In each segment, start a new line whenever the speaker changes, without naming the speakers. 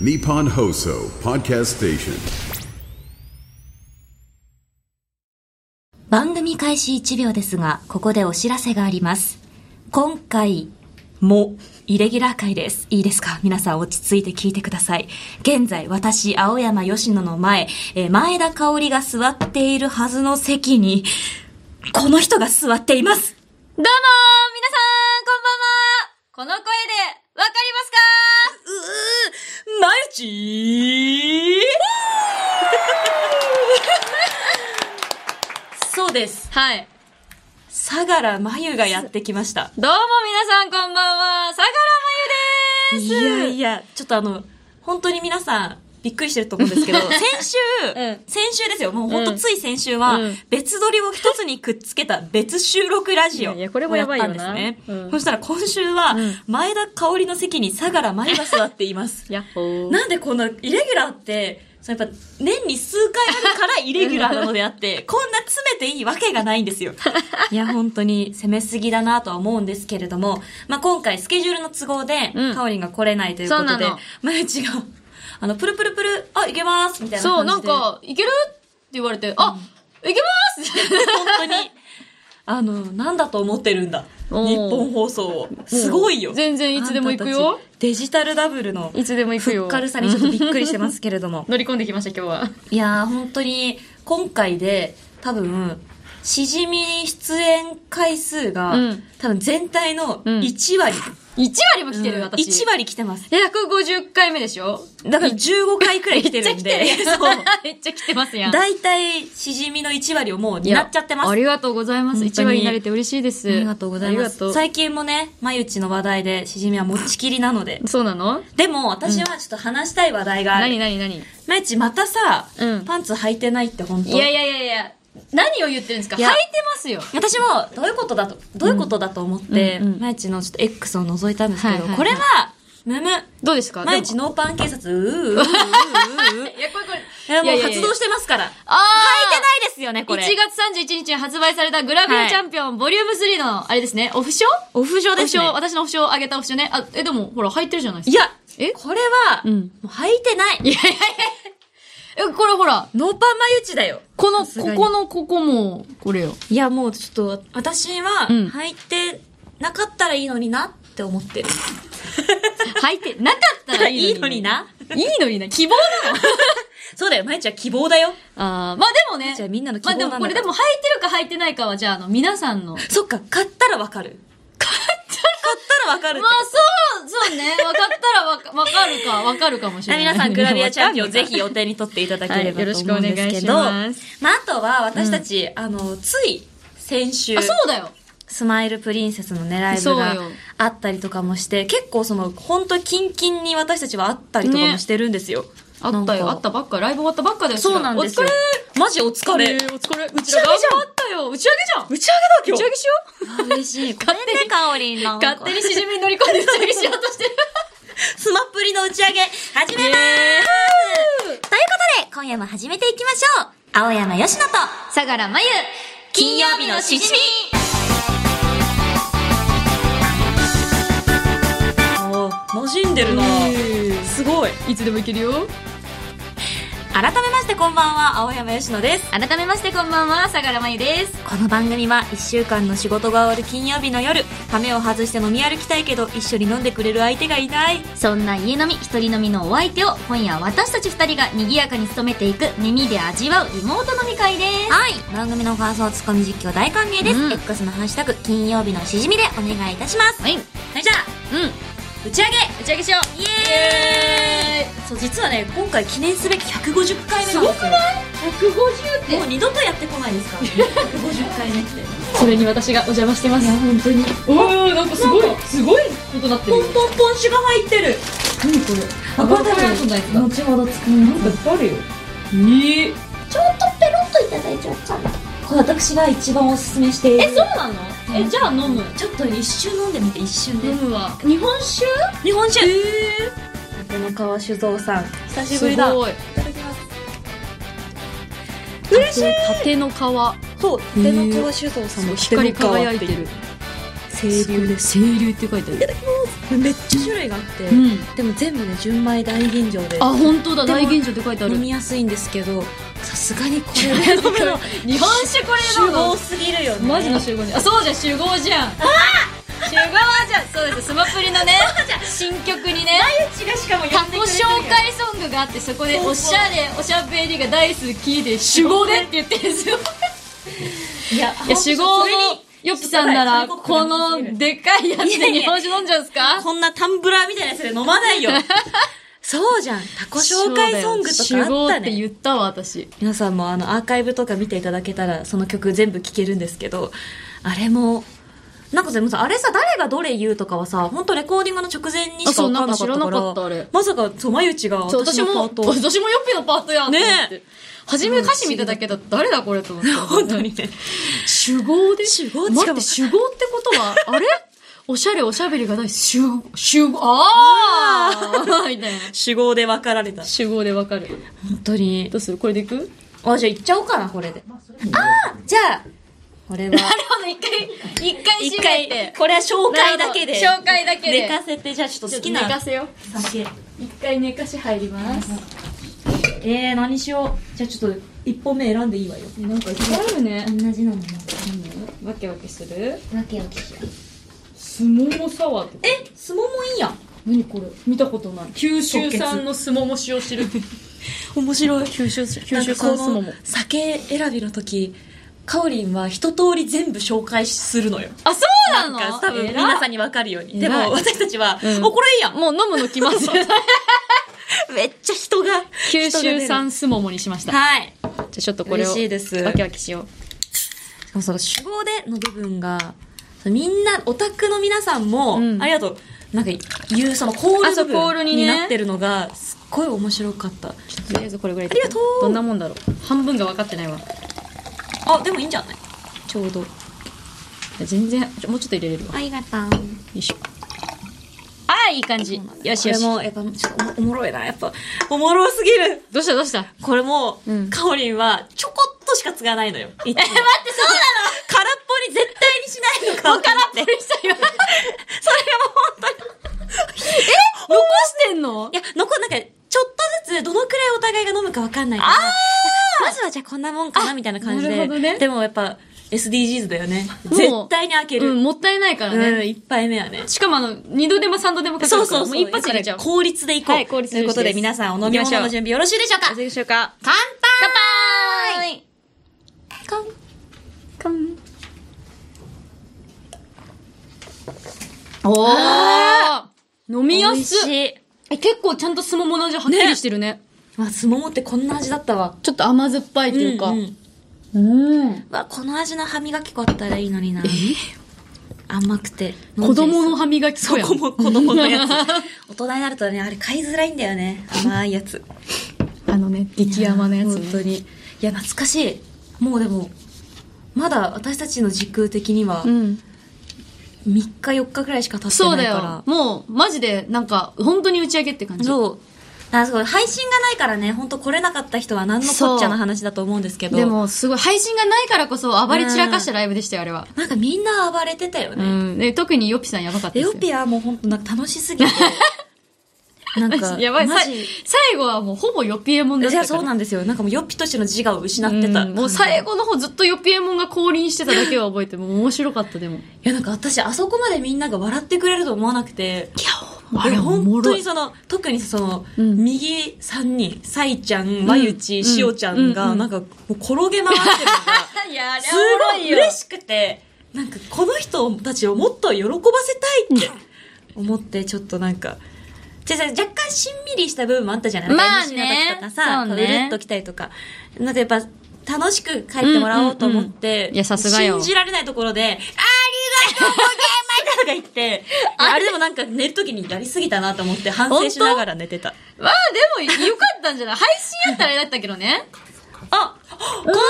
Nippon Hoso Podcast Station.
番組開始1秒ですが、ここでお知らせがあります。今回も、イレギュラー会です。いいですか皆さん落ち着いて聞いてください。現在、私、青山吉野の前、えー前田香織が座っているはずの席に、この人が座っています。
どうもー皆さんこんばんはこの声で、わかりますか
うー、マルチ そうです。
はい。
相良真由がやってきました。
どうも皆さんこんばんは相
い
良真由でー
や
す
いや、ちょっとあの、本当に皆さん、びっくりしてると思うんですけ ど、先週、
うん
先週ですよ、もう本当つい先週は、
うん
別撮りを一つにくっつけた別収録ラジオ。
いやいやこれもやばいよな
ったんですね。
うん
そしたら今週は
ん、
前田香織の席に相良真由が座っています。
やっほー。
なんでこんなイレギュラーって、そのやっぱ年に数回あるからイレギュラーなのであって、こんな詰めていいわけがないん ですよ。いや、本当に攻めすぎだなとは思うんですけれども、まあ、今回スケジュールの都合で、
うん
かおりんが来れないというこ
そ
と
う
で
なの、
まゆちが、あの、プルプルプル、あ、いけますみたいな
そう、な
感
ん
じで。
か、いけるって言われて、あ、いけま ーす
本当に、あの、なんだと思ってるんだ。
おー
日本放送を。すごいよ。
全然いつでも行くよ
あんたたち。デジタルダブルの、
いつでも行くよ
ふっかるさにちょっとびっくりしてますけれ ども。
乗り込んできました今日は。
いやー、本当に、今回で、多分、しじみ出演回数が、
うん
多分全体の
うん
1割。
1割も来てる、私。
1割来てます。
で、150回目でしょ
だから15回くらい来てるんで。
めっちゃ来て るやん
そう。
めっちゃ来てますやん。
大体、しじみの1割をもう
いや
担っちゃってます。
ありがとうございます。
本当に
1割になれて嬉しいです。
ありがとうございま
あり
す。
がと
最近もね、眉内の話題で、しじみは持ちきりなので
う。そうなの
でも、私はちょっと話したい話題があ
何
る。
何何
眉内、またさ、
うん
パンツ履いてないって本当
いやいやいやいや、何を言ってるんですか
い
履い
や
てますよ。
私もどういうことだとどういうことだと思って、
うんうん
まゆちのちょっと X を覗いたんですけど、
はいはいはい
これはムム
どうですか
まゆち
で
ノーパン警察うーうーうーうーうー
もいや、これこ
い
れ。
やもうい活動
て、
してますから
あ
書いて
ー
ないですよねこれ
1月31日に発売されたグラビアチャンピオン、ボリューム3の、あれですね、オフショ
オフ
オ
上
フ
です
ショ
ね
私のオフショをあげたオフショね。あ、え、でも、ほら、入ってるじゃないで
い
すか。
や
え
これは、
うん
もう履いてない
いやいやいやえ、これほら、
ノーパンまゆちだよ
この、
さすが
こ
に
この、ここも、これよ。
いやもうちょっと私は
うん
履いてなかったらいいのになって思ってる、
履いて、なかったらいいのにな。
な
いいのにな。希望なの
そうだよまゆちは希望だよ
あーまあでもね。
じゃあみんなの希
ま
望
あ
なんだか
でも
ら、
これでも履いてるか履いてないかはじゃああの皆さんの。ま
そっか買ったらわかる買ったら買ったらわかるってこと
あそう、そうね。分かったらわかわかるか、わかるかもしれない。
皆さん、グラビアチャンピオンぜひお手に取っていただければ
はいよろ
と
しく
思うんですけど、
お願いし
まあ、あとは私たち、あの、つい先週
あ、、そうだよ。
スマイルプリンセスの狙い
そ
部
う
が
よ
あったりとかもして、結構その、本当キンキンに私たちはあったりとかもしてるんですよ。
あったよ。
な
あ
ん
っ
か
たばっか。ライブ終わったばっかだよ。
そうなんですよ。マジお
お
疲
疲れ。
れ。
えーお疲れ。打
ち
ち
上げじゃん
上げじゃんあったよ。打ち上げじゃん
打ち上げだ今
打ち上げしよう。
日。嬉 しい。これね、かおりんの。
勝手にしじみに乗り込んで打ち上げしようとしてる。
スマップリの打ち上げ、始めますということで、今夜も始めていきましょう青山よしのと、
相良真由。
金曜日のしじみ馴染んでるなすごい
いつでもいけるよ。
改めましてこんばんは、青山よしのです。
改めましてこんばんは、相良真由です。
この番組は1週間の仕事が終わる金曜日の夜、ためを外して飲み歩きたいけど、一緒に飲んでくれる相手がいない。
そんな家飲み、一人飲みのお相手を、今夜は私たち二人が賑やかに務めていく、耳で味わうリモート飲み会です。
はい、番組の感想、ツッコミ実況大歓迎です。
うん
X のハッシュタグ、金曜日のしじみでお願いいたします。
はい。うん。
はい、じゃあ、打ち上げ
打ち上げしよう。
イエーイそう実はね今回記念すべき150回目なんですよ
150っ
もう二度とやってこないですから、ね、150回目って
それに私がお邪魔してます。
本当に
おー、なんかすごい、すごいことなって
ポン。ポンポン酒が入ってる
何これ。あ、これ食べられそうなやつだ。
後ほど作りま
っぱあるよ。え
いただいちゃったこれ私が一番おすすめしている
え、そうなのえ、じゃあ飲む。
ちょっと一瞬飲んでみて一瞬で、
むわ。日本酒
日本酒この川酒造さん久しぶりだ
すごい。
いただきます
嬉しい。縦の皮。
そう立野川酒造さんの
光り輝いてる。
清流です
清流って書いてある
めっちゃ種類があって、
うん
でも全部ね純米大吟醸で
あ本当だ
でも
大吟醸って書いて ある
飲みやすいんですけどさすがにこれ 飲むの
日本酒これ
集
なの
合すぎるよね
マジの集合じゃんあそうじゃん集合じゃん集合じゃんそうですスマプリのね新曲にね
うちがしかも呼んで
過
く
去
れてる
紹介ソングがあってそこで
そうそう
おしゃれおしゃべりが大好きで集合でって言ってるんですよ
いや
いや集合
そ
の
れに
ヨピさんなら
ちょっと
こ
それに
のでかいやつで日本酒飲んじゃうんですか
こんなタンブラーみたいなやつで飲まない よそうじゃん他己紹介ソングと
そう
かあ
だよ
っ
集合
た
って
ね
言ったわ私
皆さんもあのアーカイブとか見ていただけたらその曲全部聴けるんですけどあれもなんかでもさあれさ誰がどれ言うとかはさ本当レコーディングの直前にしか分かんなかった
あそうなんか知らな
か
か
ら
ったあれ
まさかそう眉内が
そう
私
私
の
も
パートを
私もヨッピのパートやんと思って
ね
初め歌詞見てたけど誰だこれと 思って
本当にね
集合で
集合し
待
か
っ
も
て、集合ってこと は、あれおしゃれおしゃべりがない、集合、集合、あー みたいな。
主語で分かられた
集合でわかる。
本当に
どうするこれでいく
あじゃあ行っちゃおうかなこれでああじゃあこれは
あの、一回、一回
一
締め
回
て。
これは紹介だけで
なるほど紹介だけで
寝かせてじゃあちょっと好き
ちょっと
な
寝かせよ。
酒
一回寝かし入ります。
えー、何しようじゃあちょっと1本目選んでいいわよ
なんかいっぱいあるね。
同じなのも
わけわけする
わけわけしよう
相撲もサワーって。
え相撲もいいやん
何これ見たことない。九州産の相撲も使用してる。
面白い
九州、九
なん
州
かこ
産相撲
の
も。
酒選びの時かおりんは一通り全部紹介するのよ
あ、そうな
なん
の
か多分
偉い
皆さんに分かるようにで
偉い
も私たちは、
うん
おこれいいやん
もう飲むの来ます。
めっちゃ人が
九州
ん
産すももにしました。じゃ
はい
あちょっとこれを。
嬉しいです
わけわけしよう。
しかもその主語での部分がそのみんなオタクの皆さんも、
うん
ありがとうなんか言うそのコール
あそ
部
うコール
分
に
に
ね
なってるのがすっごい面白かった
とりあえずこれぐらい。あ
りがとう
どんなもんだろう。半分が分かってないわ。
あでもいいんじゃないちょうど
全然、ちょもうちょっと入れれるわ。よ
ありがとう
いしょ。あー、いい感じ。よし
こ
よし。
れもやっぱちょっとおおもろいなやっぱおもろすぎる
どうしたど うした
これも、
うん
かおりんはちょこっとしか継がないのよえ待ってそうなの 空っぽに絶対にしないのかもう空っぽにしたよ それがもう本当に
残してんの
いや、残、なんか、ちょっとずつ、どのくらいお互いが飲むか分かんないから。まずはじゃあこんなもんかな、みたいな感じ
なる
で。
ほどね
でもやっぱ、SDGs だよね。
もう
絶対に開ける。
う
うん
ん、、もったいないからね。
一杯目はね。
しかもあの、二度でも三度でもかかるか
そ
ら
うそうそう。
もう一発入れちゃ
だ
う。
から効率でいこう。
はい効率
ということ
重視で
で、
す
皆さん、お飲み物の準備よろしいでしょうか
でしょうか。
乾
乾
杯
杯
乾杯
乾おー飲みや
美味
す
し
い
い。
え、結構ちゃんとすももの味はっきりしてるね。
まあ、すももってこんな味だったわ。
ちょっと甘酸っぱいというか。
ん
うん
わ、この味の歯磨き粉あったらいいのにな。甘くて。
子供の歯磨き粉やん
ここも子供の やつ。大人になるとね、あれ買いづらいんだよね。甘いやつ。
あのね、激甘のやつ、
本当に。いや、懐かしい。もうでも、まだ私たちの時空的には、
う
3
ん。
日4日くらいしか経って
そう
な
だ
いから
よ。。もう、マジで、なんか、本当に打ち上げって感じ。
そう。あ、そう、配信がないからね、本当来れなかった人は何のこっちゃな話だと思うんですけど。
で、も、すごい、配信がないからこそ、暴れ散らかしたライブでしたよ、あれは。
なんかみんな暴れてたよ
う
ね。
ん。で、特にヨピさんやばかった
で
です
ヨ
よ。
ピはもう本当なんか楽しすぎ て。なんか、
やばい、
マ
さ
ジ
最後はもうほぼヨピエモンだった
じゃ
か
あ
ら。
そうなんですよ。なんかもうヨッピとしての自我を失ってた。
うんもう最後の方ずっとヨピエモンが降臨してただけは覚えてもう面白かったでも。い
いやなんか私あそこまでみんなが笑ってくれると思わなくて。
や
で本当に
い。
その、特にその、
うん
右3人、サイちゃん、まゆち、しおちゃん
うんう
が、
ん
なんか、もう転げ回ってるのが、
いや、あれ
す
はおもろ
ご
い
い
よ。
嬉しくて、なんか、この人たちをもっと喜ばせたいって思って、ちょっとなんか、じゃあ若干しんみりした部分もあったじゃない
まあ
MC の時
ね
とかさ、
そう
う
ね
るっときたりとか。なんかやっぱ、楽しく帰ってもらおうと思って、
うんうんうんいやさすがよ
信じられないところで、ありがとうございますとか言っ て、あれでもなんか寝る時にやりすぎたなと思って反省しながら寝てた。
まあでもよかったんじゃない配信やったらあれだったけどね。
あ感想が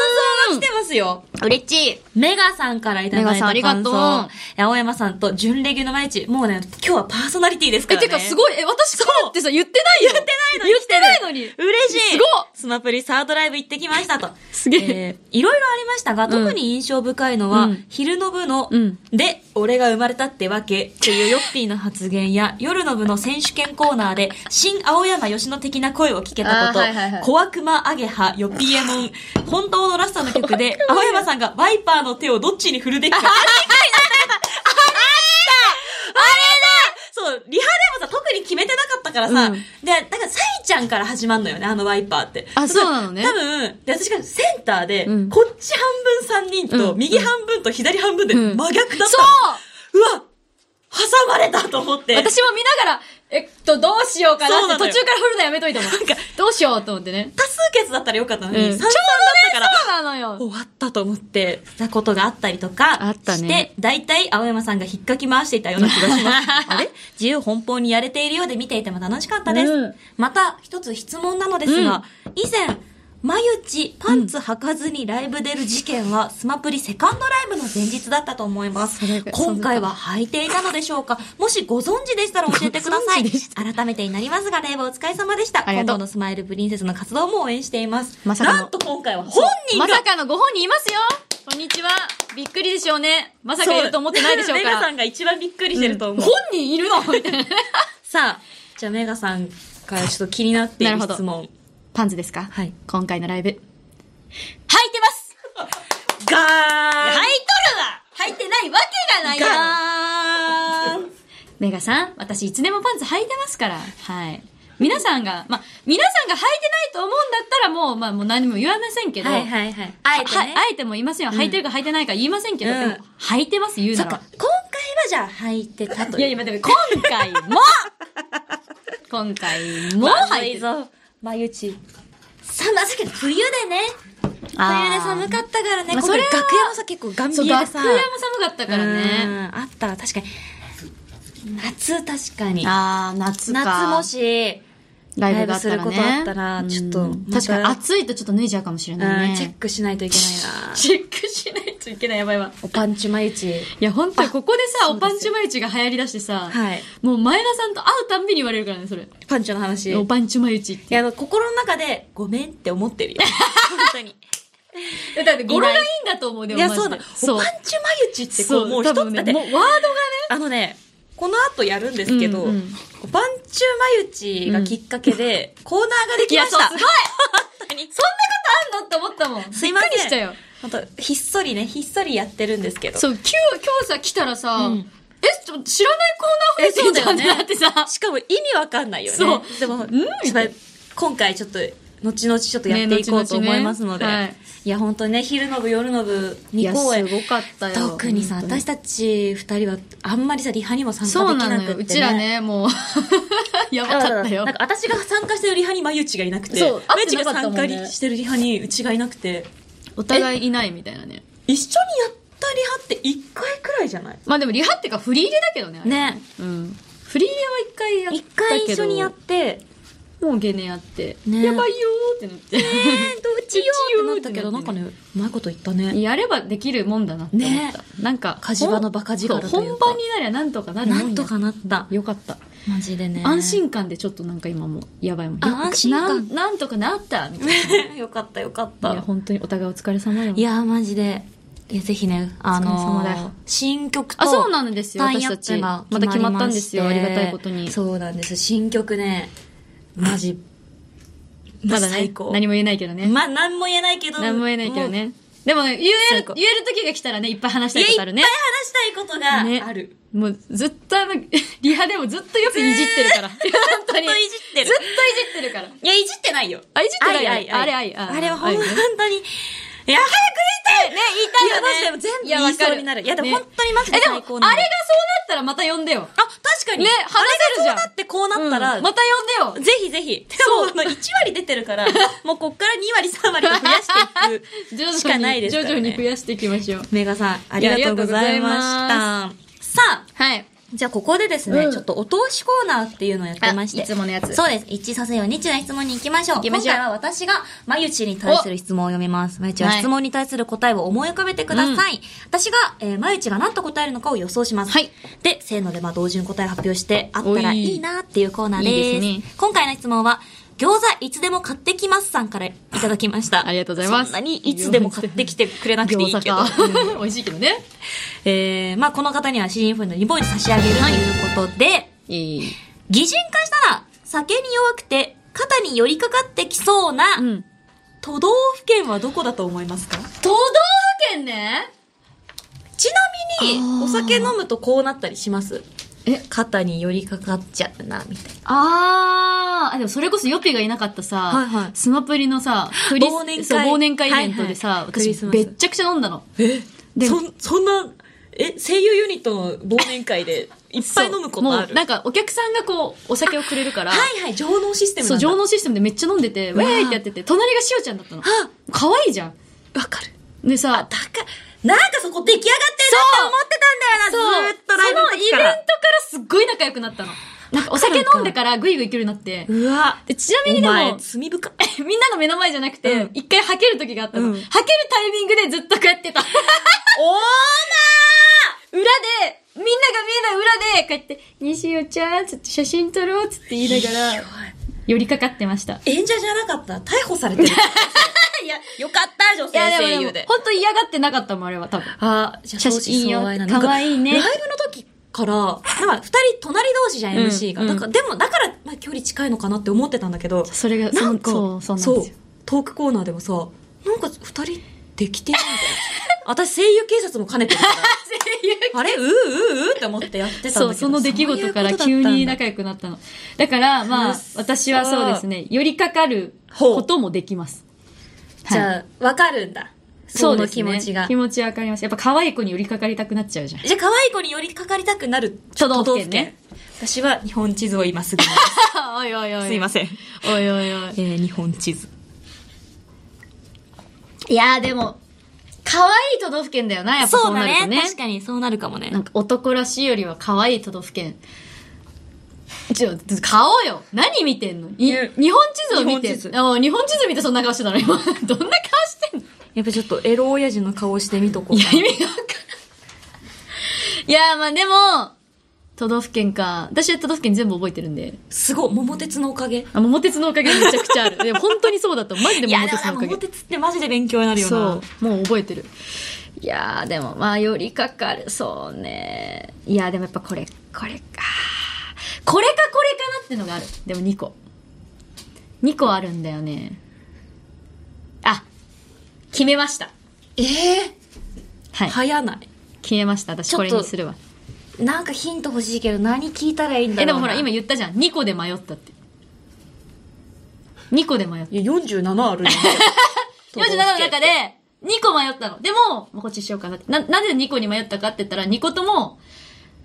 来てますよ
嬉しい。
メガさんからいただいた
メガさんありがとう
感想青山さんと準レギュの毎日。もうね、今日はパーソナリティですか
え、
らね。
てかすごい、え、私来るってさ、言ってないよ。言ってないのに。言ってないのに。
嬉しい
すごっ
すスマプリサードライブ行ってきましたと。
すげえ
えーいろいろありましたが、
ん
特に印象深いのは、
うん
昼の部の、
うん
で、俺が生まれたってわけっていうヨッピーの発言や、夜の部の選手権コーナーで、新青山吉野的な声を聞けたこと、
あーはいはいはい
小悪魔アゲハ、ヨピエモン、本当のラストの曲 で、青山さんがワイパーの手をどっちに振るべきか。あれだそう、リハでもさ、特に決めてなかったからさ、
うん
で、なんか、サイちゃんから始まるのよね、あのワイパーって。
あそうなのね
多分、で、私がセンターで、
うん
こっち半分3人と、
うん
右半分と左半分で
うん
真逆だったの。
そう
うわ挟まれたと思って。
私も見ながら、えっと、どうしようか
そう
な
な
っ
の
て
よ
途中から振るのやめといたもん。
か
どうしようと思ってね。
多数決だったらよかったのに、
う
三
ん
々だったから、
そうなのよ。
終わったと思って、したことがあったりとか、
あったね
して、大体青山さんが引っかき回していたような気がし ます。あれ自由奔放にやれているようで見ていても楽しかったです。
うん
また、一つ質問なのですが、以前、眉内パンツ履かずにライブ出る事件は、スマプリセカンドライブの前日だったと思います
それ。が
今回は履いていたのでしょうかもしご存知でしたら教えてください。 改めてになりますが、ライブお疲れ様でした。
あり
今
がと
度
う
のスマイルプリンセスの活動も応援しています。
まさかの
なんと今回は本人が
まさかのご本人いますよこんにちは。びっくりでしょうね。まさかいると思ってないでしょうか
メガさ
ら。
んが一番びっくりしてると思う。
本人いるのみたいな。
さあ、じゃあメガさんからちょっと気になっている
なるほど
質問。
パンツですか
はい
今回のライブ。履いて
ガーはい
ます履いとるわ履いてないわけがない
ガ
よ
ーン
メガさん、私いつでもパンツ履いてますから。はい。皆さんが、まあ、皆さんが履いてないと思うんだったらもう、まあ、もう何も言わませんけど。
はいはいはい。
あ
あ
え
え
て、
て
は
ね。
あえても言いませんよ。履いてるか履いてないか言いませんけど、
うん
でも、履いてます、言う
そ
な
っ
ら
か。。今回はじゃあ履いてたと
いやいや、待って、今 回も今回も
まず
履
い
いてる。
ぞ。眉打ち。さ、まさか冬でね。
あー
冬で寒かったからね。
ま
今回
あそれは
楽屋もさ、結構ガンビ
そう、
アで
楽
さ。
屋も寒かったから
う
ね。
んあったわ確かに。夏、確かに。
あー、夏か。
夏もし、
ライブがあったら、ね、
ライブすることあったらちょっと
うん
また
確かに暑いとちょっと脱いじゃうかもしれない
うん
ね。
チェックしないといけないな。
チェックしないといけない、やばいわ。
おパンチ眉打ち。
いや、本当にここでさ、
あ
おパンチマユチが流行りだしてさ、
はい
もう前田さんと会うたんびに言われるからね、それ。
パンチョの話。
お
い
パンチマユチって。
や、あの、心の中で、ごめんって思ってる よ。本当に。
だって語呂がいいんだと思うで
いや、そうだ。おパンチ
そう。
眉打ちって、こう、もう一
多
つ
分
だっ
ね、もう
て、
ワードがね、
あのね、この後やるんですけど、
うんうん
おパンチ眉打ちがきっかけで、コーナーがで
い
き
や、
まし
そう、
た。
すごいそんなことあんのって思ったもん。
すいません
びっくりしたよ。
本当ひっそりね、ひっそりやってるんですけど。
そう、今日、今日さ、来たらさ、
うん
え、ちょっと知らないコーナー増えてんじゃん
え そうだよね
だってさ、
しかも意味わかんないよね。
そう
でも、
ん
やっぱり今回ちょっと、後々ちょっとやっていこうと思いますので。
ね後々ねはい
いや、本当にね、昼の部、夜の部、2公演
い。やすごかったよ。
特にさ、
本当
私たち二人は、あんまりさ、リハにも参
そ
加
う
できな
なの
くって、
よ。うちら。ね、もう、 やばかったよ
なん。か私が参加してるリハに眉内がいなくて、
そう
眉
会っ
内
て
が
なかったも
参
ん
加
ね
してるリハにうちがいなくて、
お互いいないみたいなね。
一緒にやったリハって1回くらいじゃない
まあでもリハっていうか振り入れだけどね。あれ
ね。
うん。振り入れは一回やった
一
けど。
回一緒にやって、
もうゲネやって。
ね
やばいよーってなって。
えーと、うちよーってなったけど、
うちよー
な
っ
んか
てなって
ね、うまいこと言ったね。
やればできるもんだなって思った。
ね
なんか、
火事場の馬鹿力というか
そう本番になりゃなんとかなるもん
な
や
んとかなった。
よかった。
マジでね。
安 心感でちょっとなんか今もやばいもん。
あ
よく
安心感
なんなんとかなったみたい
感。よかったよかっ
な。い
た
や、。本当にお互いお疲れ様よ。
い、やー、マジで。いや、ぜひね、あ
お疲
の
れ様だよ
ー、新曲と、
あ、そうなんですよ。
タイ
私
ア
た
ッ
ち。
プが
また決まったん
し
です
て
よ。ありがたいことに。
そうなんです。新曲ね、マジ、
まだ
最
ね
高。、
何も言えないけどね。
まあ、何も言えないけど。
何も言えないけど
も
ね。でもね、言え
最
る
高、
言える時が来たらね、いっぱい話し
う。
た
い
い
や、
こ
いっ
と
ぱ
あ
い
る
話したいことが
ね。
ある。
もうずっとあの、 リハでもずっとよくいじってるから。本当に。
ずっといじってる
ずっといじってるから。
いや、いじってないよ。
あいじってないよ
あいあい
あれあいあい
あれは本
あい
当
ね
に。いや、早く言いたいね、言いたいよ、ね。いや、マジで全部
いや
言
わ
い
か
そうになる。いや、でも
ね
本当にマジで
え、でも、あ
最
れがそう
高
な
な
っ
の
たらまた呼んでよ。
あ、確かに。
ね話せるじゃん
あれがそうなってこうなったら、
うんまた呼んでよ。
ぜひぜひ。でも、あの、1割出てる から、もうこっから2割、3割と増やしてい
徐々
く
に
しかないです
徐
から、ね。
々に増やしていきましょう。
メガさん、ありがとうございました。さあ、
はい。
じゃあここでですね、
うん
ちょっとお通しコーナーっていうのをやってまして。
あいつものやつ
そうです。一致させよう。日な質問に行きましょう。
行きましょう
今回は私が、まゆちに対する質問を読みます。まゆちは
はい
質問に対する答えを思い浮かべてください。私が、えーまゆちが何と答えるのかを予想します。
はい。
で、せーので、まあ、同時に答えを発表して、あった
お
ら
い
いいなっていうコーナーです。
いいですね
今回の質問は、餃子いつでも買ってきますさんからいただきました。
ありがとうございま
そん
す
なにいつでも買ってきてくれなくていいけど。
餃子か 美味しいけどね。
えー、まあこの方にはシーンフォンのリボイル差し上げるということで、
いい。
擬人化したら酒に弱くて肩に寄りかかってきそうな、
うん。
都道府県はどこだと思いますか
都道府県ね
ちなみに、お酒飲むとこうなったりします
え
肩に寄りかかっちゃうな、みたい
あー、あでもそれこそヨッピーがいなかったさ、
はいはい
スマプリのさ、クリス
忘年会
そう忘年会イベントでさ、
はいはいクリ
私
スマス
めっちゃくちゃ飲んだの。え
な。そん、そんな、え、声優ユニットの忘年会でいっぱい飲むことあ
も
る
うなんかお客さんがこう、お酒をくれるから、
はいはい、上納システム
そ
な
う、
んだ。
情能システムでめっちゃ飲んでて、ウェ
わあ
ーイってやってて、隣がしおちゃんだったの。可愛いじゃん。
わかる。
でさ、
だから、なんかそこ出来上がってるなって思ってたんだよな、ずーっとライブの時
そ
か
のイベン
ら
トからすっごい仲良くなったの。なんかお酒飲んでからグイグイ行けるようになって。
うわ。
でちなみに
お
で
前
も、、
罪深い。
みんなの目の前じゃなく
う
て
ん、
一、回吐ける時があったの。
うん
吐けるタイミングでずっとこうやってた。
おーな
裏で、みんなが見えない裏で、こうやって、西尾ちゃん、つって写真撮ろう、つって言いながら、寄りかかってました。い
演者じゃなかったら逮捕されてる。 いや、よかった、女性声優で。
本当嫌がってなかったもん、あれは、多分。
あ、じゃあ、写
写真
真相愛なんだ
可愛いね
なんかライブの時から、なんか二人隣同士じゃん、
うん
MC が。なんか、でも、だから、まあ、距離近いのかなって思ってたんだけど、
それが、
なんか、
そう、そうなん
そ
で
う
すよ。、
トークコーナーでもさ、なんか二人できてないんだ よ。私、声優警察も兼ねて るから。あれうーうーうーって思ってやってたんだけど。
そう、その出来事から急に仲良くなったの。だから、ま
うっ
あ、
そ
私はそうですね、寄りかかることもできます。
じ
はい
ゃあ、わかるんだ。そ
そう
の
です
気
ね
持ちが。
気持ちわかります。やっぱ可愛い子に寄りかかりたくなっちゃう じゃん。
じゃあ、可愛い子に寄りかかりたくなる
都道府
都道府
県ね
県私は日本地図を今すぐ見ま
おいおいお い。
す。すいません。
ん。おいおいおい。
えー、日本地図。
いやーでも、可愛い都道府県だよな、やっぱそうなるとね。
確かにそうなるかもね
な。んか男らしいよりは可愛い都道府県。ちょ、買おうよ何見てんのに日
え
本地図を見て。
日本地図
あ日本地図見てそんな顔してたの今。どんな顔してんの
やっぱちょっとエロ親父の顔してみとこう
い
か
や、意味がわからん。いやーまあでも、都道府県か。私は都道府県全部覚えてるんで。
すごい、桃鉄のおかげ。
あ、桃鉄のおかげでめちゃくちゃ ある。でも本当にそうだった。マジで
いや、
桃
で
鉄のお
も
かげ
桃。鉄ってマジで勉強になるよな。
そうもう覚えてるいやーでもまあ寄りかかるそうねいやーでもやっぱこれこれかこれかこれかなってのがあるでも2個2個あるんだよねあ決めました
ええ
はい、
ー、はやない。
決めました私これにするわ
なんかヒント欲しいけど、何聞いたらいいんだろうな。
えでもほら今言ったじゃん2個で迷ったって2個で迷った
いや、47あるよ。
47の中で、2個迷ったの。でも、まあこっちしようかなって。な、なぜ2個に迷ったかって言ったら、2個とも、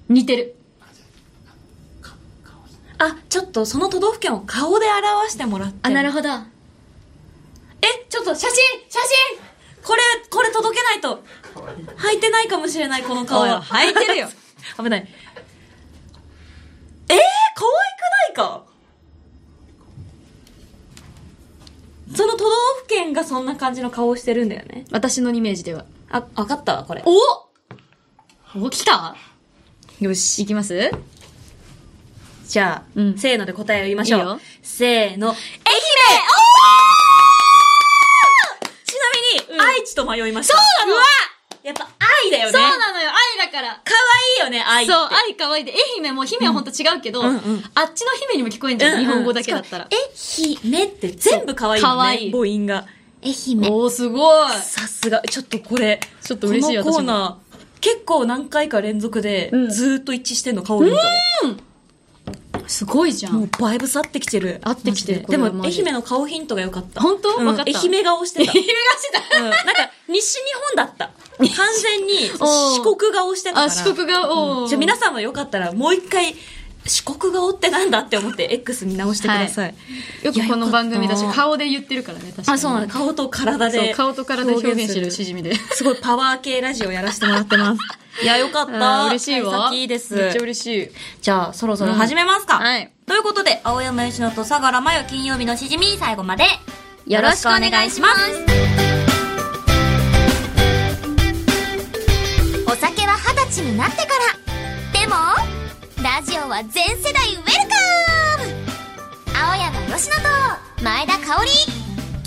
似てる。
あ、ちょっとその都道府県を顔で表してもらって。ほど。
ほど。
え、ちょっと写真写真これ、これ届けないと。履いてないかもしれない、この顔
おい
は。
履いてるよ。
危ない。えー、可愛くないかその都道府県がそんな感じの顔をしてるんだよね。
私のイメージでは。
あ、わかったわ、これ。
おお来た
よし。
いきます
じゃあ、
うん
せーので答えを言いましょう。
いいよ
せーの。愛媛おーちなみに、愛知と迷いました。
そうなの
うわやっぱ愛だよね。
そうなのよ愛だから
可愛いよね、愛って。
そう、愛可愛いで、愛媛も姫はほんと違うけど、
うんうん
あっちの姫にも聞こえんじゃん、日本語だけだったら。
え、ひめって全部可愛いよね。
可愛い
母音が。えひめ。
おー、すごい
さすが。ちょっとこれ、
ちょっと嬉しい
このコー
私
ナー、結構何回か連続で
う、ん
ずーっと一致してんの、顔見た
すごいじゃ
ら。も
ん
う。バイブス合ってきてる。
合ってきてる
マジで
これは
も、
マ
愛
ジで
媛の顔ヒントが良かった。
本当
うん
わかった
愛媛顔して た。
姫がしてた
うんなんか、西日本だった。完全に、
おー
四国顔してたから。
あ、四国が、おー。
じゃあ皆さんもよかったら、もう一回、四国顔ってなんだって思って、X 見直してください。
よくこの番組だし
いやよか、った
顔で言ってるからね、確かに。
あ、そうなんだ。顔と体
そう
で。
顔と体で表現してるしじみで。
すごいパワー系ラジオやらせてもらって ます。いや、よかった。
あー 嬉しいわ。
幸いいです。
めっちゃ嬉しい。
じゃあ、そろそろ始めますか。
うんはい
ということで、青山吉野と相良真由金曜日のしじみ、最後まで、
よろしくお願いします
お酒は二十歳になってからでもラジオは全世代ウェルカム青山吉野と前田香織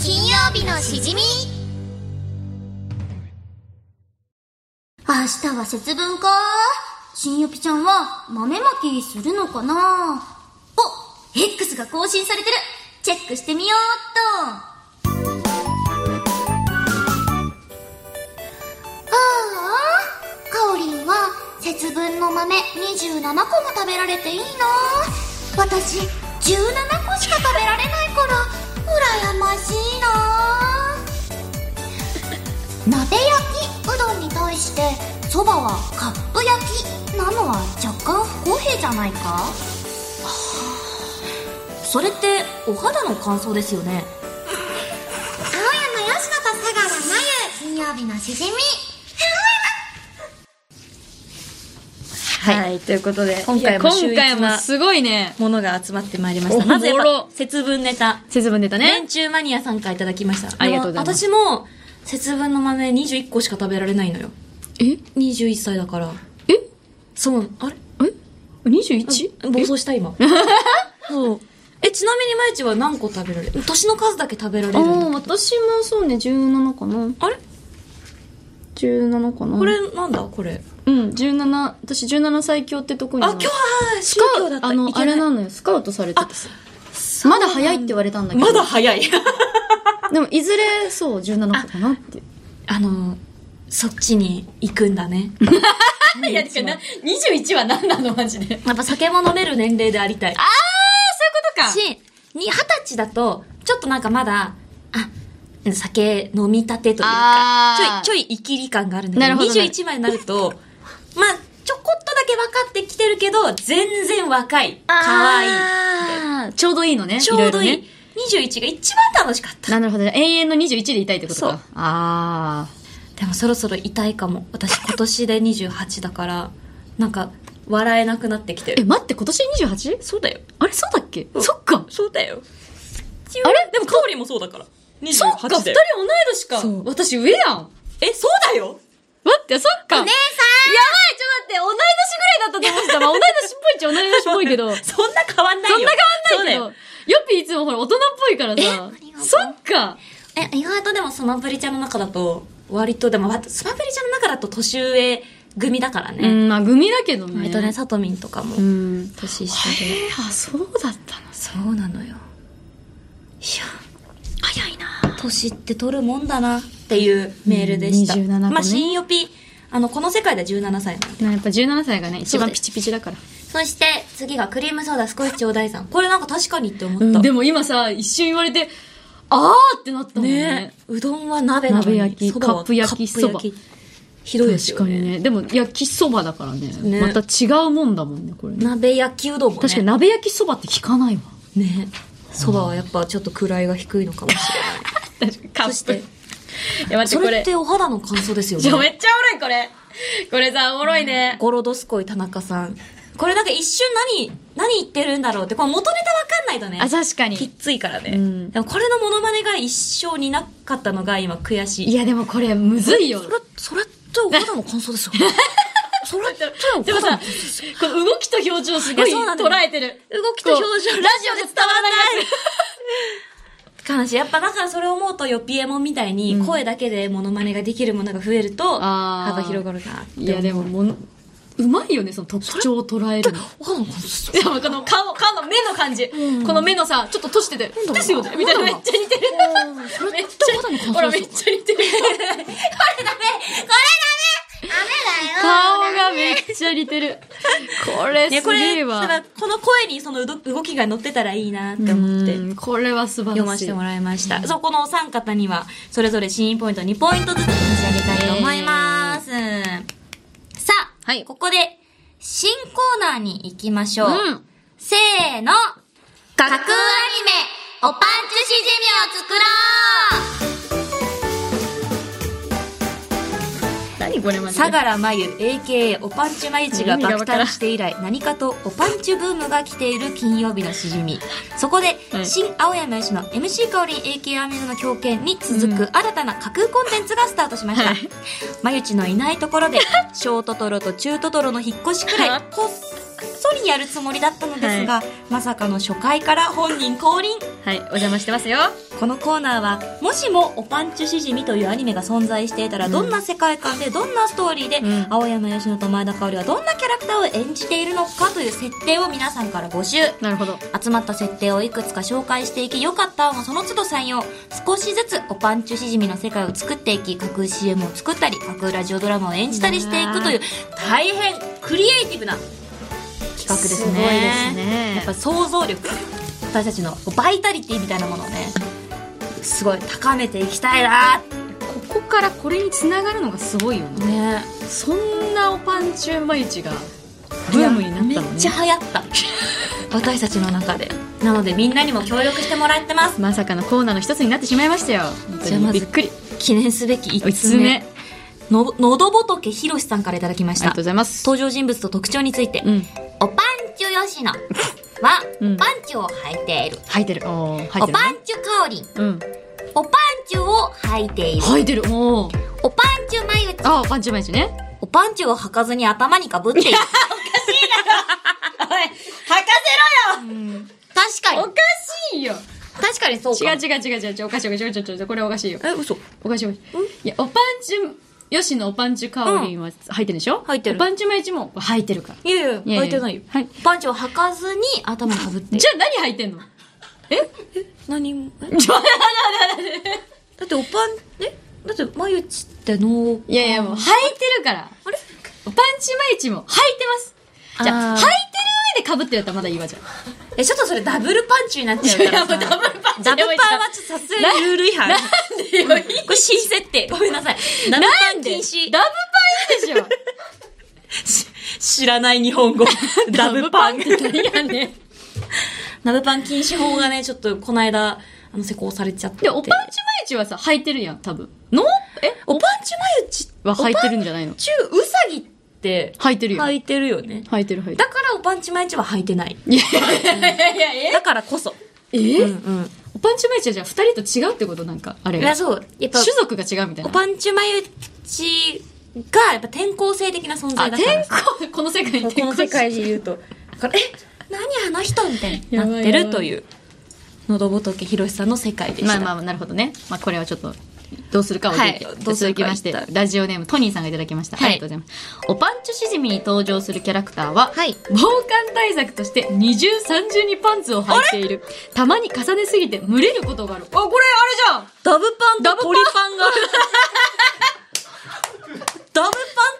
金曜日のしじみ明日は節分か新予備ちゃんは豆まきするのかなお X が更新されてるチェックしてみようっとああかおりんは節分の豆27個も食べられていいな私17個しか食べられないから羨ましいな鍋焼きうどんに対してそばはカップ焼きなのは若干不公平じゃないか
それってお肌の乾燥ですよね
青山佳乃と佐川真由金曜日のしじみ
はい
ということで
今回も
いや
秀逸
今
な
回もすごいね
ものが集まってまいりまし
お
た。まずやっ
おもろ
ぱ、節分ネタ。
節分ネタね
年中マニアさんからいただきました。
ありがとうございます
でも私も、節分の豆21個しか食べられないのよ。
え
21歳だから。
え
そう、あれ
え ?21?
暴走した今。 そう。え、ちなみにまいちは何個食べられる年の数だけ食べられ
あ
るんだ。
あ私もそうね17かな
あれ
17かな
これなんだこれ。
うん17私17最強ってとこに
あ、今日は宗教だった。
あの
いけ
あ
ない
れなのよスカウトされててさまだ早いって言われたんだけど
まだ早い。
でもいずれそう17個かなって
あの、そっちに行くんだ ね。
いやてかな21は何なのマジで
やっぱ酒も飲める年齢でありたい。
あそういうことか
し、に、二十歳だと、ちょっとなんかまだ、あ、酒飲みたてという
あ
かち
ー、
ょい、ちょい生きり感があるんだ
な
け
る
ど、
ほどね
21枚になると、 まあ、ちょこっとだけ分かってきてるけど、全然若い。可愛い
いちょうどいいのね
ちょうどいい。
ろろね
21が一番楽しかった。
なるほどね永遠の21でいたいってことか
そう
あ
でもそろそろ痛いかも。私今年で28だから、なんか、笑えなくなってきて
ーえ
る。
待って今年 28?
そうだよ。
あれそうだっけ、
うん
そっか
そうだよ。
あれ
でも、カオリンもそうだから。28
そっか二人同い
で。
年か
そう
私上やん
え、そうだよ
待って、そっか。お姉さんやばいちょっと待って、同い年ぐらいだったと思ってた。まあ、同い年っぽいっちゃ同い年っぽいけど、そんな
そんな変わんないよ。
変わんないけど、
そう
ヨッピーいつもほら、大人っぽいからさ
りが。とう
そっか。
だよえ、意外とでもスマブリちゃんの中だと、割と、でもわスマブリちゃんの中だと年上組だから
う
ね。
ん、まあ、組だけどね。
割とね、サトミンとかも
うん。
年下で。
えー、あ、そうだったの。
そうなのよ。いや、
早いな
年って取るもんだなっていうメールでした。
うん27個ね
まあ、新予備、あの、この世界では17歳なの。
やっぱ17歳がね、一
そう
番
で
ピチピチだから。
そして、次がクリームソーダ少しちょうだいさん。これなんか確かにって思った。
うん、でも今さ、一瞬言われて、あーってなったもんね。
うどんは鍋なの
鍋
に
焼き
そばは
カップ焼き
カップ焼きひどいです
確
よ
か
ね
にね。でも、焼きそばだからね。
ね
また違うもんだもんね、これね。
鍋焼きうどんもね
確かに鍋焼きそばって聞かないわ。
ねそばはやっぱちょっと位が低いのかもしれない
確かに、カ
そして
え、待
それってお肌の感想ですよ
じゃ め
ね
っちゃおもろい、これ。これさ、おもろいね。
ゴロドスコイ田中さんこれなんか一瞬何何言ってるんだろうってこの元ネタわかんないとね
あ、確か
きっ
に。
ついからね、
うん
でもこれのモノマネが一生になかったのが今悔しい
いや、でもこれ、むずいよ。
それってお肌の感想ですよ ねそれってお
でもさ、この動きと表情す
い
ごい
やそうなんだ
捉
よ
えてる。
動きと表情
こうラジオで伝わらない。
悲しい。やっぱだからそれを思うと、よぴえもんみたいに、声だけでモノマネができるものが増えると、
あー
幅広がるなって。
いや、でも、もの、うまいよね、その特徴を捉えるの。
わかんないこの人
でもこの顔、顔の目の感じ。この目のさ、ちょっと閉じてて、ですよねみたいなめっちゃ似てる。めっちゃ、ほら、めっちゃ似てる。顔がめっちゃ似てる。 これ
ね、
す
こ
げ
れ、
え
だ
わ。
からこの声にその動動きが乗ってたらいいなって思って。
うんこれは素晴らしい。
読ませてもらいました。そう、このお三方には、それぞれシーンポイント2ポイントずつ差し上げたいと思います。さあ、
はい
ここで、新コーナーに行きましょう。
うん
せーの、
架空アニメ「おパンツしじみ」を作ろ
何これマジで
相良真由 AKA おパンチまゆちが
意味が
爆
わからん
誕して以来何かとおパンチブームが来ている金曜日のしじみそこで、
はい
新青山由の MC 香り AKA アミノの狂犬に続く新たな架空コンテンツがスタートしました、
はい
まゆちのいないところで小トトロと中トトロの引っ越しくらいこっそりやるつもりだったのですが、まさかの初回から本人降臨
はい、お邪魔してますよ。
このコーナーはもしも「おパンチュしじみ」というアニメが存在していたらどんな世界観でどんなストーリーで、
ん
青山佳乃と前田香織はどんなキャラクターを演じているのかという設定を皆さんから募集
なるほど。
集まった設定をいくつか紹介していき良かった案はその都度採用少しずつおパンチュしじみの世界を作っていき架空 CM を作ったり架空ラジオドラマを演じたりしていくという大変クリエイティブな企画ですね
すごいですね
やっぱ想像力私たちのこうバイタリティみたいなものをねすごい高めていきたいな
ここからこれに繋がるのがすごいよね。
ね
そんなおパンチューマユチがブームになったのね
めっちゃ流行った私たちの中でなのでみんなにも協力してもらってます
まさかのコーナーの一つになってしまいましたよ。本当
じゃあ
に
まず
びっくり。
記念すべき
お
5
い
つ目
つ目。
ののどぼとけひろしさんからいただきまし
ありが
た
とうございます。
登場人物と特徴について、
うん。
おパンチュよしのは、
うん
パンチュを履いている。
吐いてる。おー、吐い
お
てるね。
パンチュ香り。
うん。
おパンチュを履いている。
吐いてる。おー。
おパンチュ眉内。
あー、パンチューマユチね。
おパンチを履かずに頭にか ぶっている
確かに。
かしいよ。
確かにそう
違う違う違う違う違う。おかしいおかしいおかしいおかしい。これおかしいよ。
え嘘
おかしいおかしい。いや、おパンチュ、吉野おパンチュカオリンは入ってるでしょ
入ってる
おパンチュマイチも入ってるから。
いやいや
やや
履いてないよ
はい。
パンチを履かずに頭にかぶっている
じゃあ何入ってんの
何 もえだっておパンえだって眉内っての
いやいやもう履いてるから。あれパンチマイチも履いてます。じゃあ、
あー
履いてる上で被ってるやったらまだいいわじゃん。
えちょっとそれダブルパンチになっちゃうからさ
いやもうダブルパンチ
ダブルパンはちょっとさすがにルール違 反
なんでよ、
これ新設定ごめんなさいダブルパン禁止
ダブパンいいでしょ。
知らない日本語 ダブパン
って何やねん。
ダブパン禁止法がねちょっとこの間あの施行されちゃって
で、おパンチマイチはさ、履いてるやん、多分。のえ
おパンチ眉内
は履いてるんじゃないの
中うさぎって
履いてるよ。
履
履
いてるよね
いてる履いて
だ
る。
からおパンチ毎日は履いてない
いやいやいやいや、
だからこそ
え
う
え
ん
おパンチマイチはじゃあ二人と違うってことなんか、あれ
い
が
や。そうやっぱ
種族が違うみたい
お
な。
パンチ毎日がやっぱ転校生的な存在
あ、
だか
転
ら
校、この世界に転
こ
校
の世界で言うとだからえ何あの人みたいになって
やばいやば
る
い
というのどぼとけひろしさんの世界でした
まあまあ、なるほどね。まあ、これはちょっと、どうするかを
は
聞
い
いて、
どうす
続
る
き
かは
ま
一
して
体、
ラジオネーム、トニーさんがいただきました。
はい
ありがとうございます。おパンチュしじみに登場するキャラクターは、
はい
防寒対策として二重三重にパンツを履いている。たまに重ねすぎて蒸れることがある。あ、これあれじ
ダブパン
ダ
と
ブパ
鳥
ン
パンがダブパン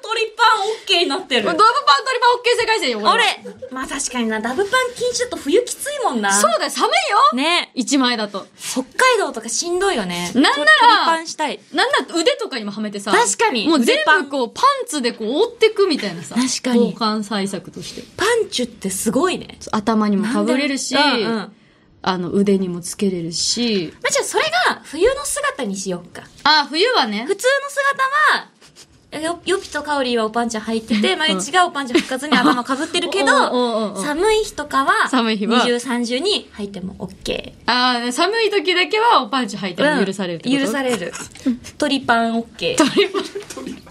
鳥パンオッケーになってる
ゃんドブパントリパンオッケー世界線よ、こ
あれまあ確かになダブパン禁止だと冬きついもんな
そうだよ、寒いよ
ね
一枚だと。
北海道とかしんどいよね。
なんなら
鳥パンしたい。
なんだって腕とかにもはめてさ。
確かに
もう全
腕パン
部こう、パンツでこう覆ってくみたいなさ。
確かに
防寒対策として。
パンチュってすごいね。
頭にもかぶれるし、
なんでうんうん
あの、腕にもつけれるし、
まあ、じゃあそれが冬の姿にしよっか。
あ、冬はね
普、通の姿は、よ、よぴとかおりはおパンチャ履いてて、まゆちがおパンチャ履かずに頭かぶってるけ
おうおうおうお
ど、
う
寒い日とかは、
寒い日は
20、30に履いても OK。
あー寒い時だけはおパンチ履いても許されるってこと、
許される。 鳥パン OK。
トリプル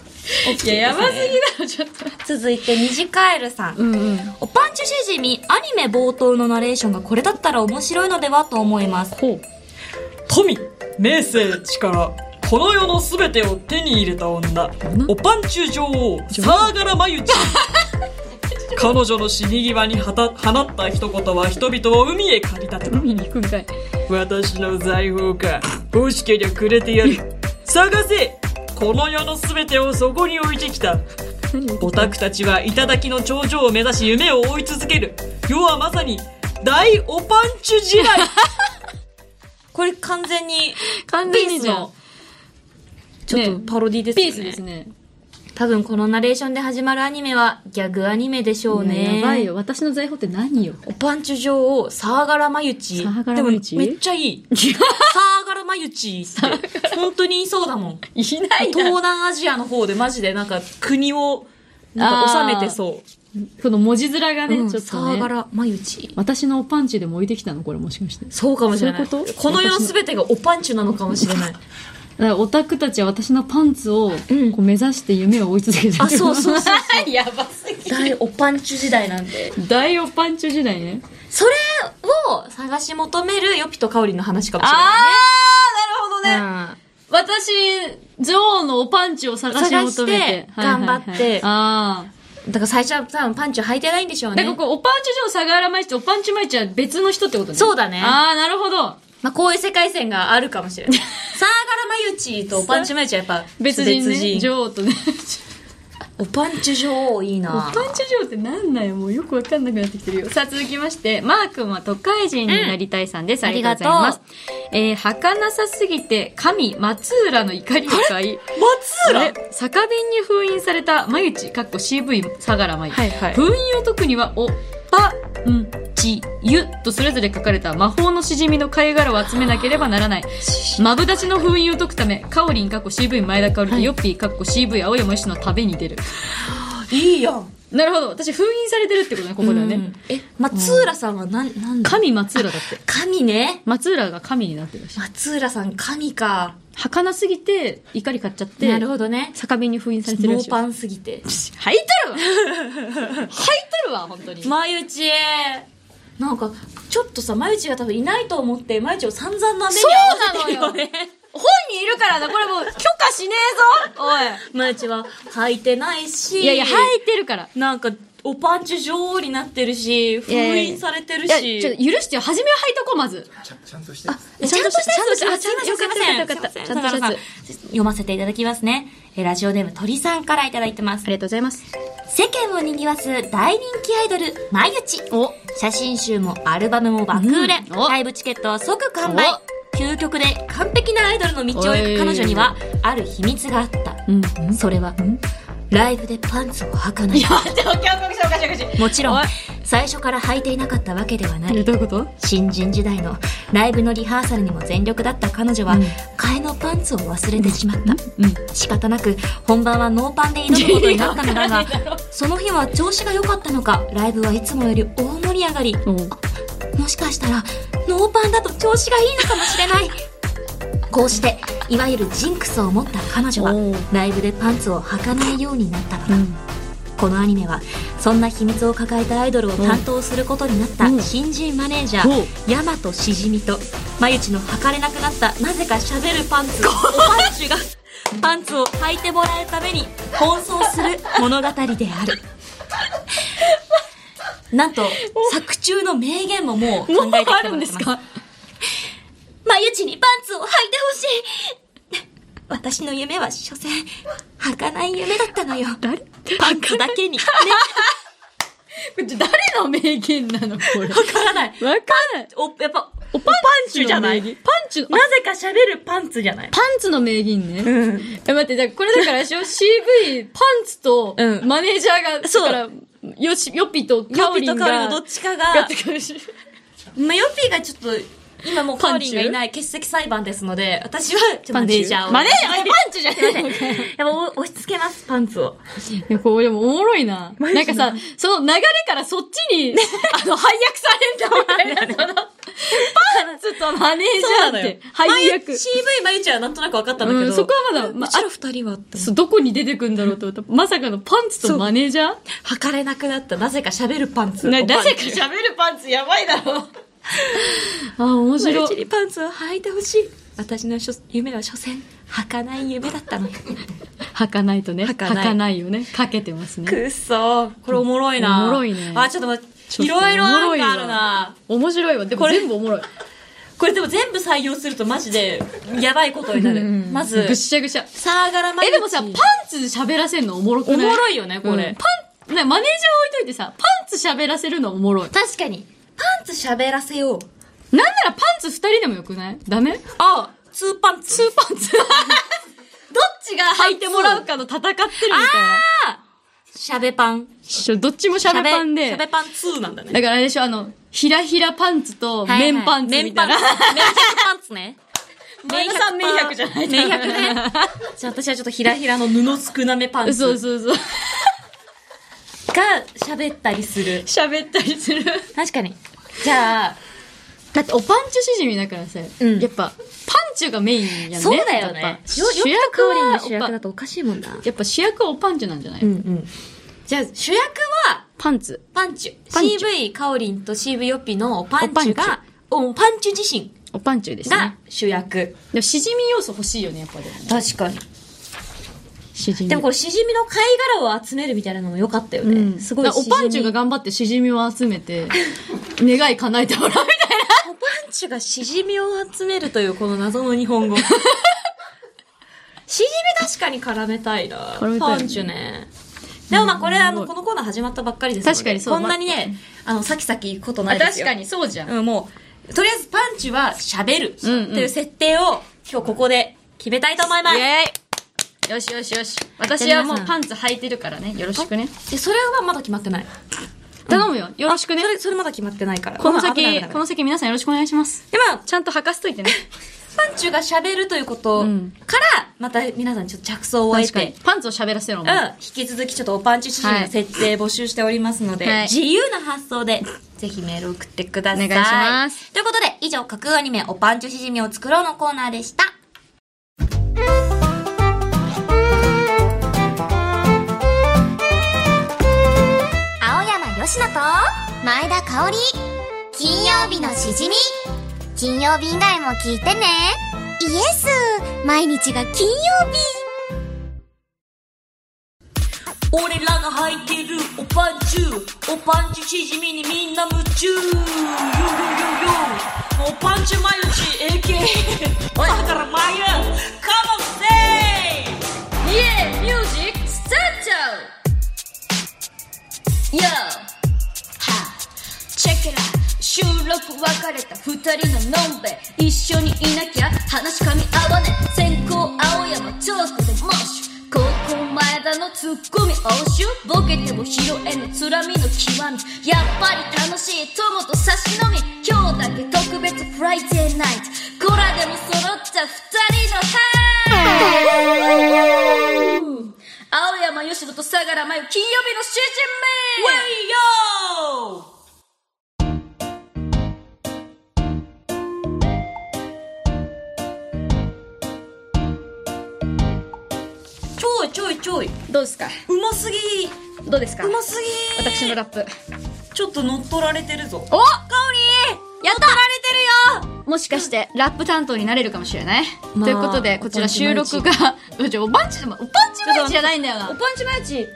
いや、やばすぎだろ、ちょっと。
続いて、ニジカエルさん。
うんうん。
おパンチュしじみ、アニメ冒頭のナレーションがこれだったら面白いのではと思います。
こ
富、名声、力。この世のすべてを手に入れた女。おパンチュ女王、サーガラマユチ。 彼女の死に際にはた放った一言は人々を海へ駆り立て
う。
た。
海に行くんかい。
私の財宝か。欲しけりゃくれてやる。探せこの世のすべてをそこに置いてきた。オタクたちは頂の頂上を目指し夢を追い続ける。世はまさに大おパンチュ時 代
これ完全に、
完全にじゃん。
ちょっと
ね
パロディです
ピ
よ
ース
ね。
ですね。
多分このナレーションで始まるアニメはギャグアニメでしょうね。
やばいよ。私の財宝って何よ。
おパンチュ女王、サーガラマユチ。
サーガラマユチ
でもめっちゃいい。サーガラマユチって、本当にいそうだもん。
いない
東南アジアの方でマジでなんか国を、なんか治めてそう。
この文字面がね、
うん
ちょっ
サ
と
ーガ
ね。
ラマユチ。
私のおパンチでも置いてきたのこれもしかして。
そうかもしれない。
そういうこと
の世の全てがおパンチュなのかもしれない。
だからオタクたちは私のパンツをこ
うん
う目指して夢を追い続けてる、
あそうそうそう
やばすぎ
大おパンチュ時代なんで
大オパンチョ時代ね
それを探し求めるヨピとカオリの話かもしれない
あ
ねなるほどね
あ私女王のおパンチを探し求め
探
て
して
はいはいは
頑
い
張って
ああ
だから最初は多分パンチュ履いてないんでしょう
だ
ね
からこうおパンチ女王相良舞とおパンチ舞ちは別の人ってことね
そうだね
ああなるほど
まあ、こういう世界線があるかもしれ ない。サーガラマユチとおパンチュマユチはやっぱ
別人ね
別
女王 とね
おパンチュ女王いい
お
な
パンチ女王ってなんなんよもうよくわかんなくなってきてるよさあ続きましてマー君は都会人になりたいさんです、ありがとうございますえー、儚さすぎて神松浦の怒りを買い
松
あれ酒瓶に封印された眉内かっこ CV 相良眉、
はいはい
封印を解くにはおぱんちゆとそれぞれ書かれた魔法のしじみの貝殻を集めなければならないマブダチの封印を解くためかおりんかっこ CV 前田香織とヨッピーかっこ CV 青山由志の旅に出る
いいやん。
なるほど私封印されてるってことねここではね、
うん。え、松浦さんはなん、なんだ
神松浦だって
神ね。
松浦が神になってるらしい
松浦さん神か。
儚すぎて怒り買っちゃって
なるほどね。
酒瓶に封印されてる
ノ
らし
ー
い
パンすぎて。
履いとるわ履いとるわ本当に
眉内なんか、ちょっとさ、眉内が多分いないと思って、眉内を散々な目に遭わせてるよね。
本人いるからだ、これもう許可しねえぞおい
眉内は履いてないし。
いやいや、入ってるから。
なんか、おパンチュ女王になってるし、封
いやいや
印されてる
いや、
し。
ちょっと許してよ。初めは入いとこう、まず。
ちゃんとして、ちゃんとして、
あちゃんとして
よかった
よかったよか
すいません
ったちゃんとし
読ませていただきますね。えラジオネーム鳥さんからいただいてます
あ。りがとうございます。
世間を賑わす大人気アイドル、まゆち。
お、
写真集もアルバムも爆売れ、
うんお
ライブチケットは即完売究極で完璧なアイドルの道を
お
行
い
く彼女にはある秘密があった、
うん。
それはライブでパンツを履かないもちろ
お
ん
い
最初から履いていなかったわけではない
どういうこと
新人時代のライブのリハーサルにも全力だった彼女は、替えのパンツを忘れてしまった、仕方なく本番はノーパンで挑むことになったのだがその日は調子が良かったのかライブはいつもより大盛り上がり
うん。
もしかしたらノーパンだと調子がいいのかもしれないこうしていわゆるジンクスを持った彼女
おう
はライブでパンツを履かないようになったのだ、このアニメはそんな秘密を抱えたアイドルを担当することになった
うん
新人マネージャ
おう
ー大和しじみと眉内の履かれなくなったなぜかしゃべるパンツおパンチがパンツを履いてもらうために奔走する物語であるなんと作中の名言ももう考えてきてもらってます
あるんですか
眉内にパンツを履いてほしい私の夢は所詮履かない夢だったのよ
誰こ
パンツだけにね
れ誰の名言なのこれ。わ
わからない。
かんない。
お、やっぱ、
おパン
チじゃない
パンチの、あ
なぜか喋るパンツじゃない
パンツの名言ね。え、待って、だからこれだから、しょ CV、パンツと
う、ん
マネージャーが、
そう
だから、よし、よっぴとカ
ヨ
オ
ピ
リ
と
ンが、
カオリのどっちかが、
がってくるし
まあ、ヨピがちょっと、今もうカオリンがい
パ
ない欠席裁判ですので、私は、ちょっとマ
パン
ネ
チ
ージャーを。
マネージャーパンチじゃないのか
やっぱお押し付けます、パンツを。
いや、こう、でもおもろいな。なんかさ、その流れからそっちに、あの、配役されんだみたいな、その、パンツとマネー
そうな
ジ
の
ャーっ
よ
て、。配役。
前 CV まゆちゃんはなんとなく分かったんだけ
う
ど。
ん、そこはまだ、ま
う
あ
ちら二人はって
あ、そうどこに出てくんだろうと思った。まさかのパンツとマネージャー
履かれなくなった、なぜか喋るパンツ。
な
おパンツ
なぜか喋
るパンツ、やばいだ ろ。
あ、面
マ
白
ル
い
チ。にパンツを履いてほしい。私のしょ夢は所詮、履かない夢だ ったのよ。
履かないとね。
履
履
かない
かないよね。かけてますね。
くっそー。これおもろいな。
おもろいね
あ、ちょっと待って。い
ちょっと
ろいろ案
おも
があ
わ
るな。
面白いわ。でも全部おもろい。
これでも全部採用するとマジで、やばいことになる。
うん
まず
ぐっ、しゃぐしゃ。
サーガラマ
え、でもさ、パンツ喋らせんのおもろくない
おもろいよねこれ
うんパン、ねマネージャー置いといてさ、パンツ喋らせるのおもろい。
確かに、パンツ喋らせよう。
なんならパンツ二人でもよくないダメ
あ、ツーパンツ。
ツーパ ンツどっちが履いてもらうかの戦ってるみたいな。
しゃべパン。
ちょどっちもシャベパン
し
で
ゃ。べパン2なんだね。
だからあれでしょ、あの、ひらひらパンツと、綿パンツみたいな。
パンツね。
前田さん綿100じゃない
綿100ね。 じゃあ私はちょっとひらひらの布少なめパンツ
そう
が
そうそう。
喋ったりする。
喋ったりする。
確かに。じゃあ、
だっておパンチュしじみだからさ、
ん
やっぱ、パンちゅうがメインやね。
そうだよね
や
よ
っぱ主
よく
役
カオリン
は
が主役だとおかしいもんな
やっぱ主役はおパンチュなんじゃない、
うんじゃあ主役は
パンツ。
パンチュ
パンチュ
CV カオリンと CV ヨッピーのパン
おパン
チ
チ
ュ
ュ
がおパンチュ自身
おパンチュです
が
ね。
主役
でも、しじみ要素欲しいよね、やっぱでも、ね。
確かに
しじみ。
でもこれしじみの貝殻を集めるみたいなのも良かったよね、
うん、
すごい
だからおパンチュが
が
頑張ってしじみを集 めて、願い叶えてもらうみたいな。
おパンチュがしじみを集めるというこの謎の日本 語しじみ確かに絡めたいな
絡めたいね
パンチュねでもまあこれあのこのコーナー始まったばっかりですので
確かにそう
こんなにねあのさきさき行くことないです
確
よ
かにそうじゃん。
うん、もう、とりあえずパンチは喋るって
んうん
いう設定を今日ここで決めたいと思います。
イエーイよしよしよし。私はも
じゃあ皆
う
さん
パンツ履いてるからね。よろしくね。
でそれはまだ決まってない。
頼むよ。よろしくね
そ。れ、それまだ決まってないから。
この
まあ
先、
まあ
この先皆さんよろしくお願いします。
で、まあ、
ちゃんと履かしと いてね。
パンチが喋るということから、
ん
また皆さんちょっと着想を得
確かに
て。。
パンツを喋らせろも
うん。引き続きちょっとおパンチ主人の設定募集しておりますので、
はい
自由な発想で、ぜひメール送ってください。
お願いします。
ということで、以上、架空アニメ、おパンチしじみを作ろうのコーナーでした。
青山よしと前田香織金曜日のしじみ金曜日以外も聞いてねイエス毎日が金曜日
俺らが履いてるおパンチュおパンチュしじみにみんな夢中よよよよおパンチュマヨチ AK だからマヨカモセイ
イエーイミュージックスタート !Yo! はチェケラ収録別れた二人ののんべ一緒にいなきゃ話噛み合わねえ先行青山チョークでモッシュ高校前田のツッコミ応酬ボケても拾えぬつらみの極みやっぱり楽しい友と差し飲み今日だけ特別フライデーナイトこらでも揃った二人のハイ青山よしと相良真由金曜日の主人名ウェイヨ
ちょいちょいちょい
どうですか
うますぎ
どうですか
うますぎ
私のラップ
ちょっと乗っ取られてるぞ
おかおりやったられてるよもしかしてラップ担当になれるかもしれない、
まあ
ということでこちら収録がう ちおパンチでもおパンチマイチじゃないんだよ
おパ
な
ンチマイチ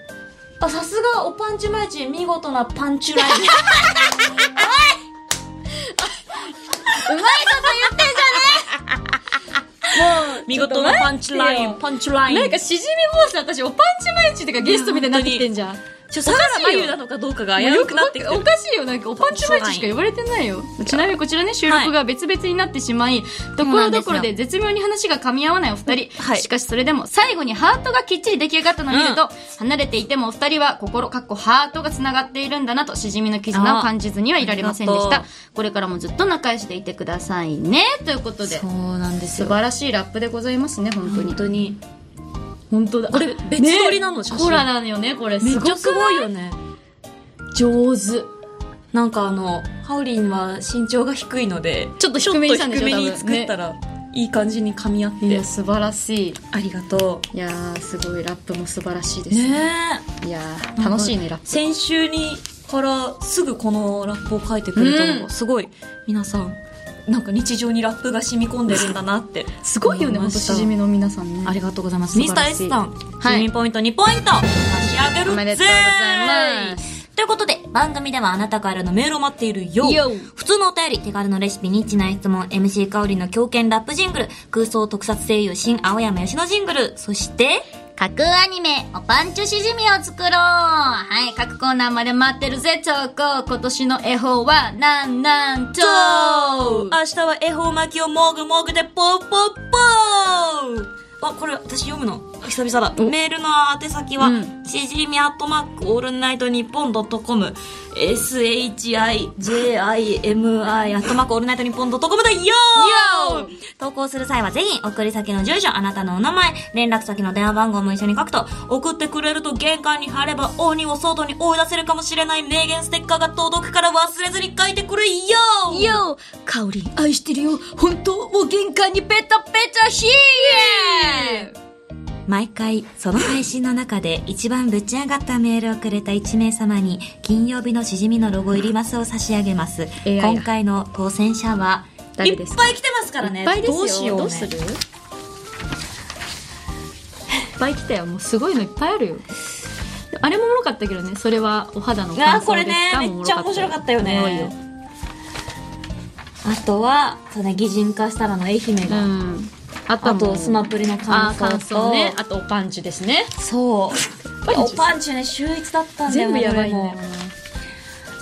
あさすがおパンチマイチ見事なパンチライン
うまいこと言ってんじ
見事なパンチライ
ちょっ
ン
と待ってよ
パンチライ
ゃんなん
ン
かしじみ坊主私おパンチマイチってかゲストみたいになってきてんじゃん
ちょ相良真由なのかどうかが危うくなってきて
お
る
かしいよなんかおパンチマイチしか言われてないよちなみにこちらね収録が別々になってしまいところどころで絶妙に話が噛み合わないお二人、
はい
しかしそれでも最後にハートがきっちり出来上がったのを見ると、離れていてもお二人は心かっこハートがつながっているんだなとしじみの絆を感じずにはいられませんでし
ああり
た
が
これからもずっと仲良しでいてくださいねということで
そうなんです
素晴らしいラップでございますね本当に
本当に
本当だ
これ別撮りなの
ね
写真
コラなのよねこれ
め
す
っち
ごくな
ゃすごいよね
上手
なんかあのハオリンは身長が低いので
ちょっと
ちょっ
低めにしたん
と
でしょ
低めに
多分
作ったら、いい感じに噛み合って
いや素晴らしい
ありがと
いやーすごいラップも素晴らしいで
う
すね
ね
いや
え
ー楽しいねラップ
先週にからすぐこのラップを書いてくれたのが、
うん
すごい皆さんなんか日常にラップが染み込んでるんだなって
すごいよ
思
ねほん
ま
と
した
しじみの皆さんね
ありがとうございます
素
ミ
晴
スタ
ら
ー
しい
S さん、
はい
市民ポイント2ポイント差し上げるぜ
おめでとうございます
ということで、番組ではあなたからのメールを待っているよ。
よ
普通のお便り、手軽のレシピ、ニッチな質問、MC 香りの狂犬ラップジングル、空想特撮声優、新青山吉野ジングル、そして、
架空アニメ、おパンチュしじみを作ろうはい、各コーナーまで待ってるぜ、投稿今年の絵本は、なんなんと
明日は恵方巻きをもぐもぐでポーポーポーあこれ私読むの久々だ
お
メールの宛先は、
うん
ちじみアットマックオールナイトニッポンドットコム SHIJIMI アットマークオールナイトニッポンドットコムだよー投稿する際はぜひ送り先の住所あなたのお名前連絡先の電話番号も一緒に書くと送ってくれると玄関に貼れば鬼を外に追い出せるかもしれない名言ステッカーが届くから忘れずに書いてくれよー
よカオリン愛してるよ本当を玄関にペタペタヒー
毎回その配信の中で一番ぶち上がったメールをくれた1名様に金曜日のしじみのロゴ入りますを差し上げます
AI
今回の当選者は
誰ですか
いっぱい来てますからね
いっぱいですよ
どうしよう、ね、
どうするいっぱい来たよもうすごいのいっぱいあるよあれもおもろかったけどねそれはお肌の
あー
感
こ
想
れ
です
ね
か
めっちゃ面白かったよ
おもろい
ねあとはそうね擬人化したらの愛媛
う
が、
んあとは
あ
もう
とスマプリの感
あ
想
ー
と
感想ねあとおパンチですね
そうおパンチね秀逸だったんだよ
全部
ね
やばい
どれ
ね
も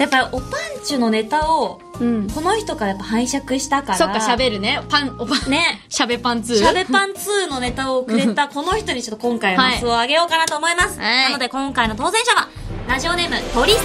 やっぱりおパンチのネタを
うん
この人からやっぱ拝借したから
そっか喋るねパンおパン
ね
しゃべパンツー
しゃべパン2のネタをくれたこの人にちょっと今回はマスをあげようかなと思います、
はい
なので今回の当選者はラジオネーム鳥さん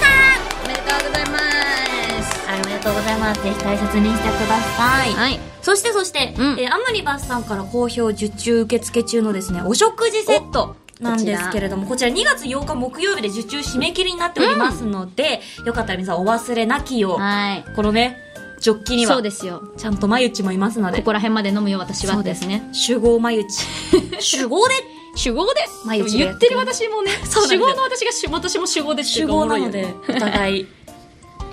おめでとうございます
はいおめでとうございますぜひ大切にしてください、
はい
そしてそして、
うん
えーアムリバスさんから好評受注受付中のですねお食事セットなんですけれどもこちら2月8日木曜日で受注締め切りになっておりますので、よかったら皆さんお忘れなきよう
はい
このねジョッキに
そ
は
うですよ
ちゃんと眉内もいますので
ここら辺まで飲むよ私は
そうですね。集合眉内集合で
主語です
毎日
でも言ってる私もね
そうなんです
主
よ
語の私が主私も主語です
集合なので、お互い、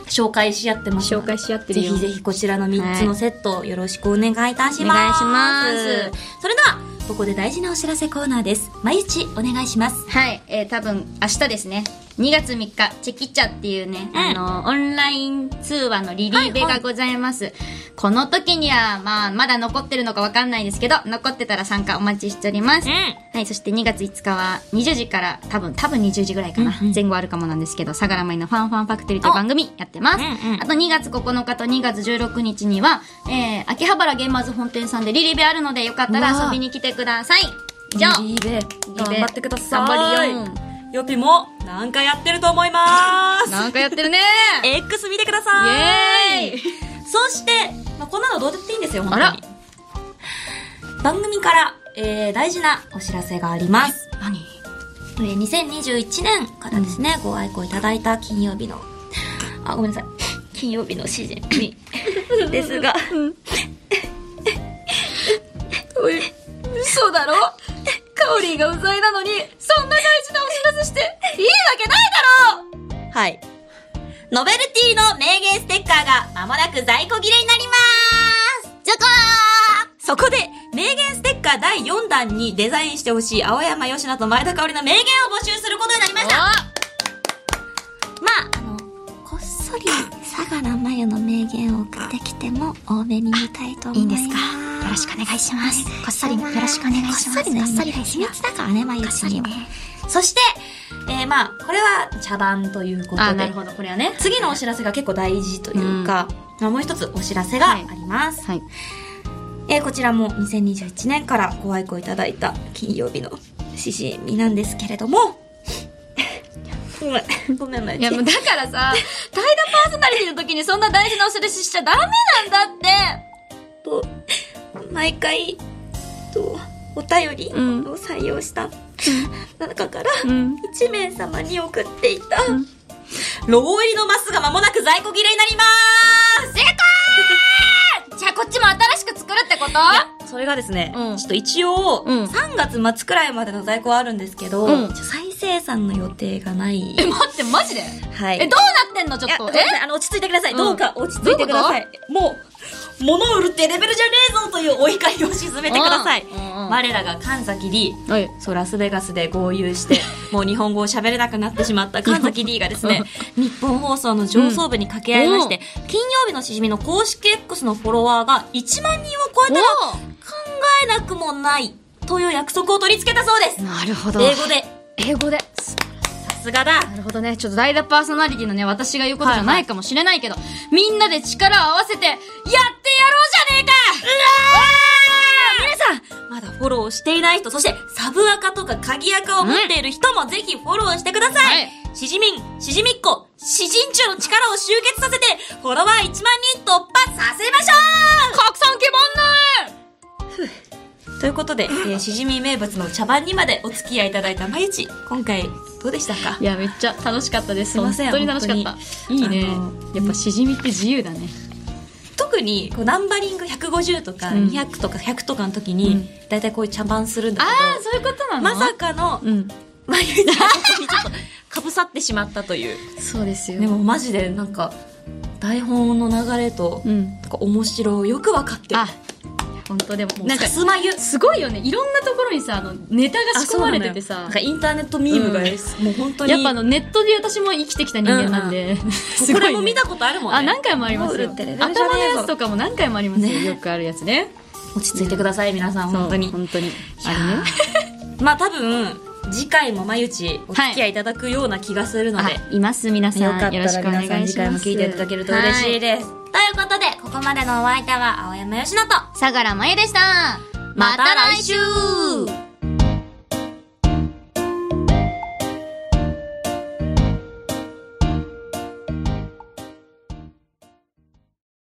紹介し合ってますの
紹
で。
介し合って
ぜ
るよ
ひぜひこちらの3つのセット、よろしくお願いいたします。
お願いします
それでは、ここで大事なお知らせコーナーです。まゆち、お願いします。
はい、えー、多分明日ですね2月3日チェキッチャっていうね、
うん
あのオンライン通話のリリーベがございます、この時には、まあ、まだ残ってるのかわかんないですけど残ってたら参加お待ちしております、はい、そして2月5日は20時から多分多分20時ぐらいかな、前後あるかもなんですけど「相良舞のファンファンファクトリー」という番組やってます、
うんうん
あと2月9日と2月16日には、えー秋葉原ゲーマーズ本店さんでリリーベあるのでよかった
うわ
ら遊びに来てください以上
リーベ、頑張ってください。
頑張るよ
よぴも、なんかやってると思います。
なんかやってる ね
X 見てください
イエーイ
そして、まあ、こんなのどうだっていいんですよ、本当
あ
に。番組から、えー、大事なお知らせがあります。
何
えー2021年からですね、ご愛顧いただいた金曜日の、あ、ごめんなさい。金曜日のしじみ ですが、
嘘だろカオリーがうざいなのにそんな大事なお知らせしていいわけないだろ
はい。ノベルティの名言ステッカーが間もなく在庫切れになりますじゃこーそこで、名言ステッカー第4弾にデザインしてほしい青山吉乃と前田香織の名言を募集することになりました
まああのこっそり相良真由の名言を送ってきても多めに見たいと思いますいいんですかよろしくお願いしますこっそりよろしくお願いしますこっそりねこっそり秘密だからね真由ちには
そして、えーまあ、これは茶番ということ
あな
で
る、ほどこれはね
次のお知らせが結構大事というか、まあもう一つお知らせがあります。
はい
えーこちらも2021年からご愛顧いただいた金曜日のしじみなんですけれども、 ごめんごめん、まゆ
いや
ち
もうだから さ対談パーソナリティの時にそんな大事なお知らせしちゃダメなんだ
と、毎回、と、お便り
ん
を採用した中から、
ってうん
1名様に送っていた、ロゴ入りのマスが間もなく在庫切れになりまーす
じゃあこっちも新しく作るってこと
それがですね、
うん
ちょっと一応、
うん
3月末くらいまでの在庫はあるんですけど、
うん
ちょ再生産の予定がない。
え待ってマジで
はい。
えどうなってんのち
い
ょ
や
っ
ちょ
と
っと
え
ねあの、落ち着いてください。
うん
どうか落ち着いてください。もう、物を売るってレベルじゃねえぞというお怒りを沈めてください。
うんうんうん
我らが神崎 D。
はい
そう、ラスベガスで豪遊 して、もう日本語を喋れなくなってしまった神崎 D がですね、日本放送の上層部に掛け合いまして、金曜日のしじみの公式 X のフォロワーが1万人を超えたら、
お
考えなくもない、という約束を取り付けたそうです。
なるほど
英語で、
英語で
さすがだ。
なるほどね。ちょっと代打パーソナリティのね、私が言うことじゃないかもしれないけど、みんなで力を合わせて、やってやろうじゃねえかうわ
皆さん、まだフフォローしていない人、そしてサブアカとか鍵アカを持っている人もぜひフォローしてください。
はい
しじみん、しじみっこ、しじんちゅの力を集結させて、フォロワー1万人突破させましょ
拡散希望ない。
うという ことで、えーしじみ名物の茶番にまでお付き合いいただいたまゆち、今回どうでしたか
いやめっちゃ楽しかったです
すいません
本当に楽しかった
本
いいね
あの
やっぱしじみって自由だね
特にこうナンバリング150とか
うん
200とか100とかの時
う
に
ん
大体こういう茶番するんだ
ああ
け
そういうことな
ど、
の
まさかの
うん
眉毛がちょっとかぶさってしまったという
そうですよ
でもマジでなんか台本の流れと
うん
なんか面白よく分かってる
あ本当でももう
なんか
さ
すまゆ
すごいよねいろんなところにさあのネタが仕込まれてて
な
さ
んかインターネットミームが、もう本当に
やっぱあのネットで私も生きてきた人間なん で、す
こ
ごいね
れも見たことあるもんね
あ何回もありますよ
もうテレ
頭
ビじゃ
の
ねえぞ
やつとかも何回もありますよ、
ね
よくあるやつね
落ち着いてください皆さん
そう
本当に
本当に
やー
あ
まあ多分次回もまゆちお付き合いいただくような気がするので、
れねあいます皆さん
よかった
よろしく
ら
お願
皆
いし
さ
ま
ん
す
次回も聞いていただけると嬉しいです、
ということで、ここまでのお相手は青山よしのと、
相良真由でした
また来週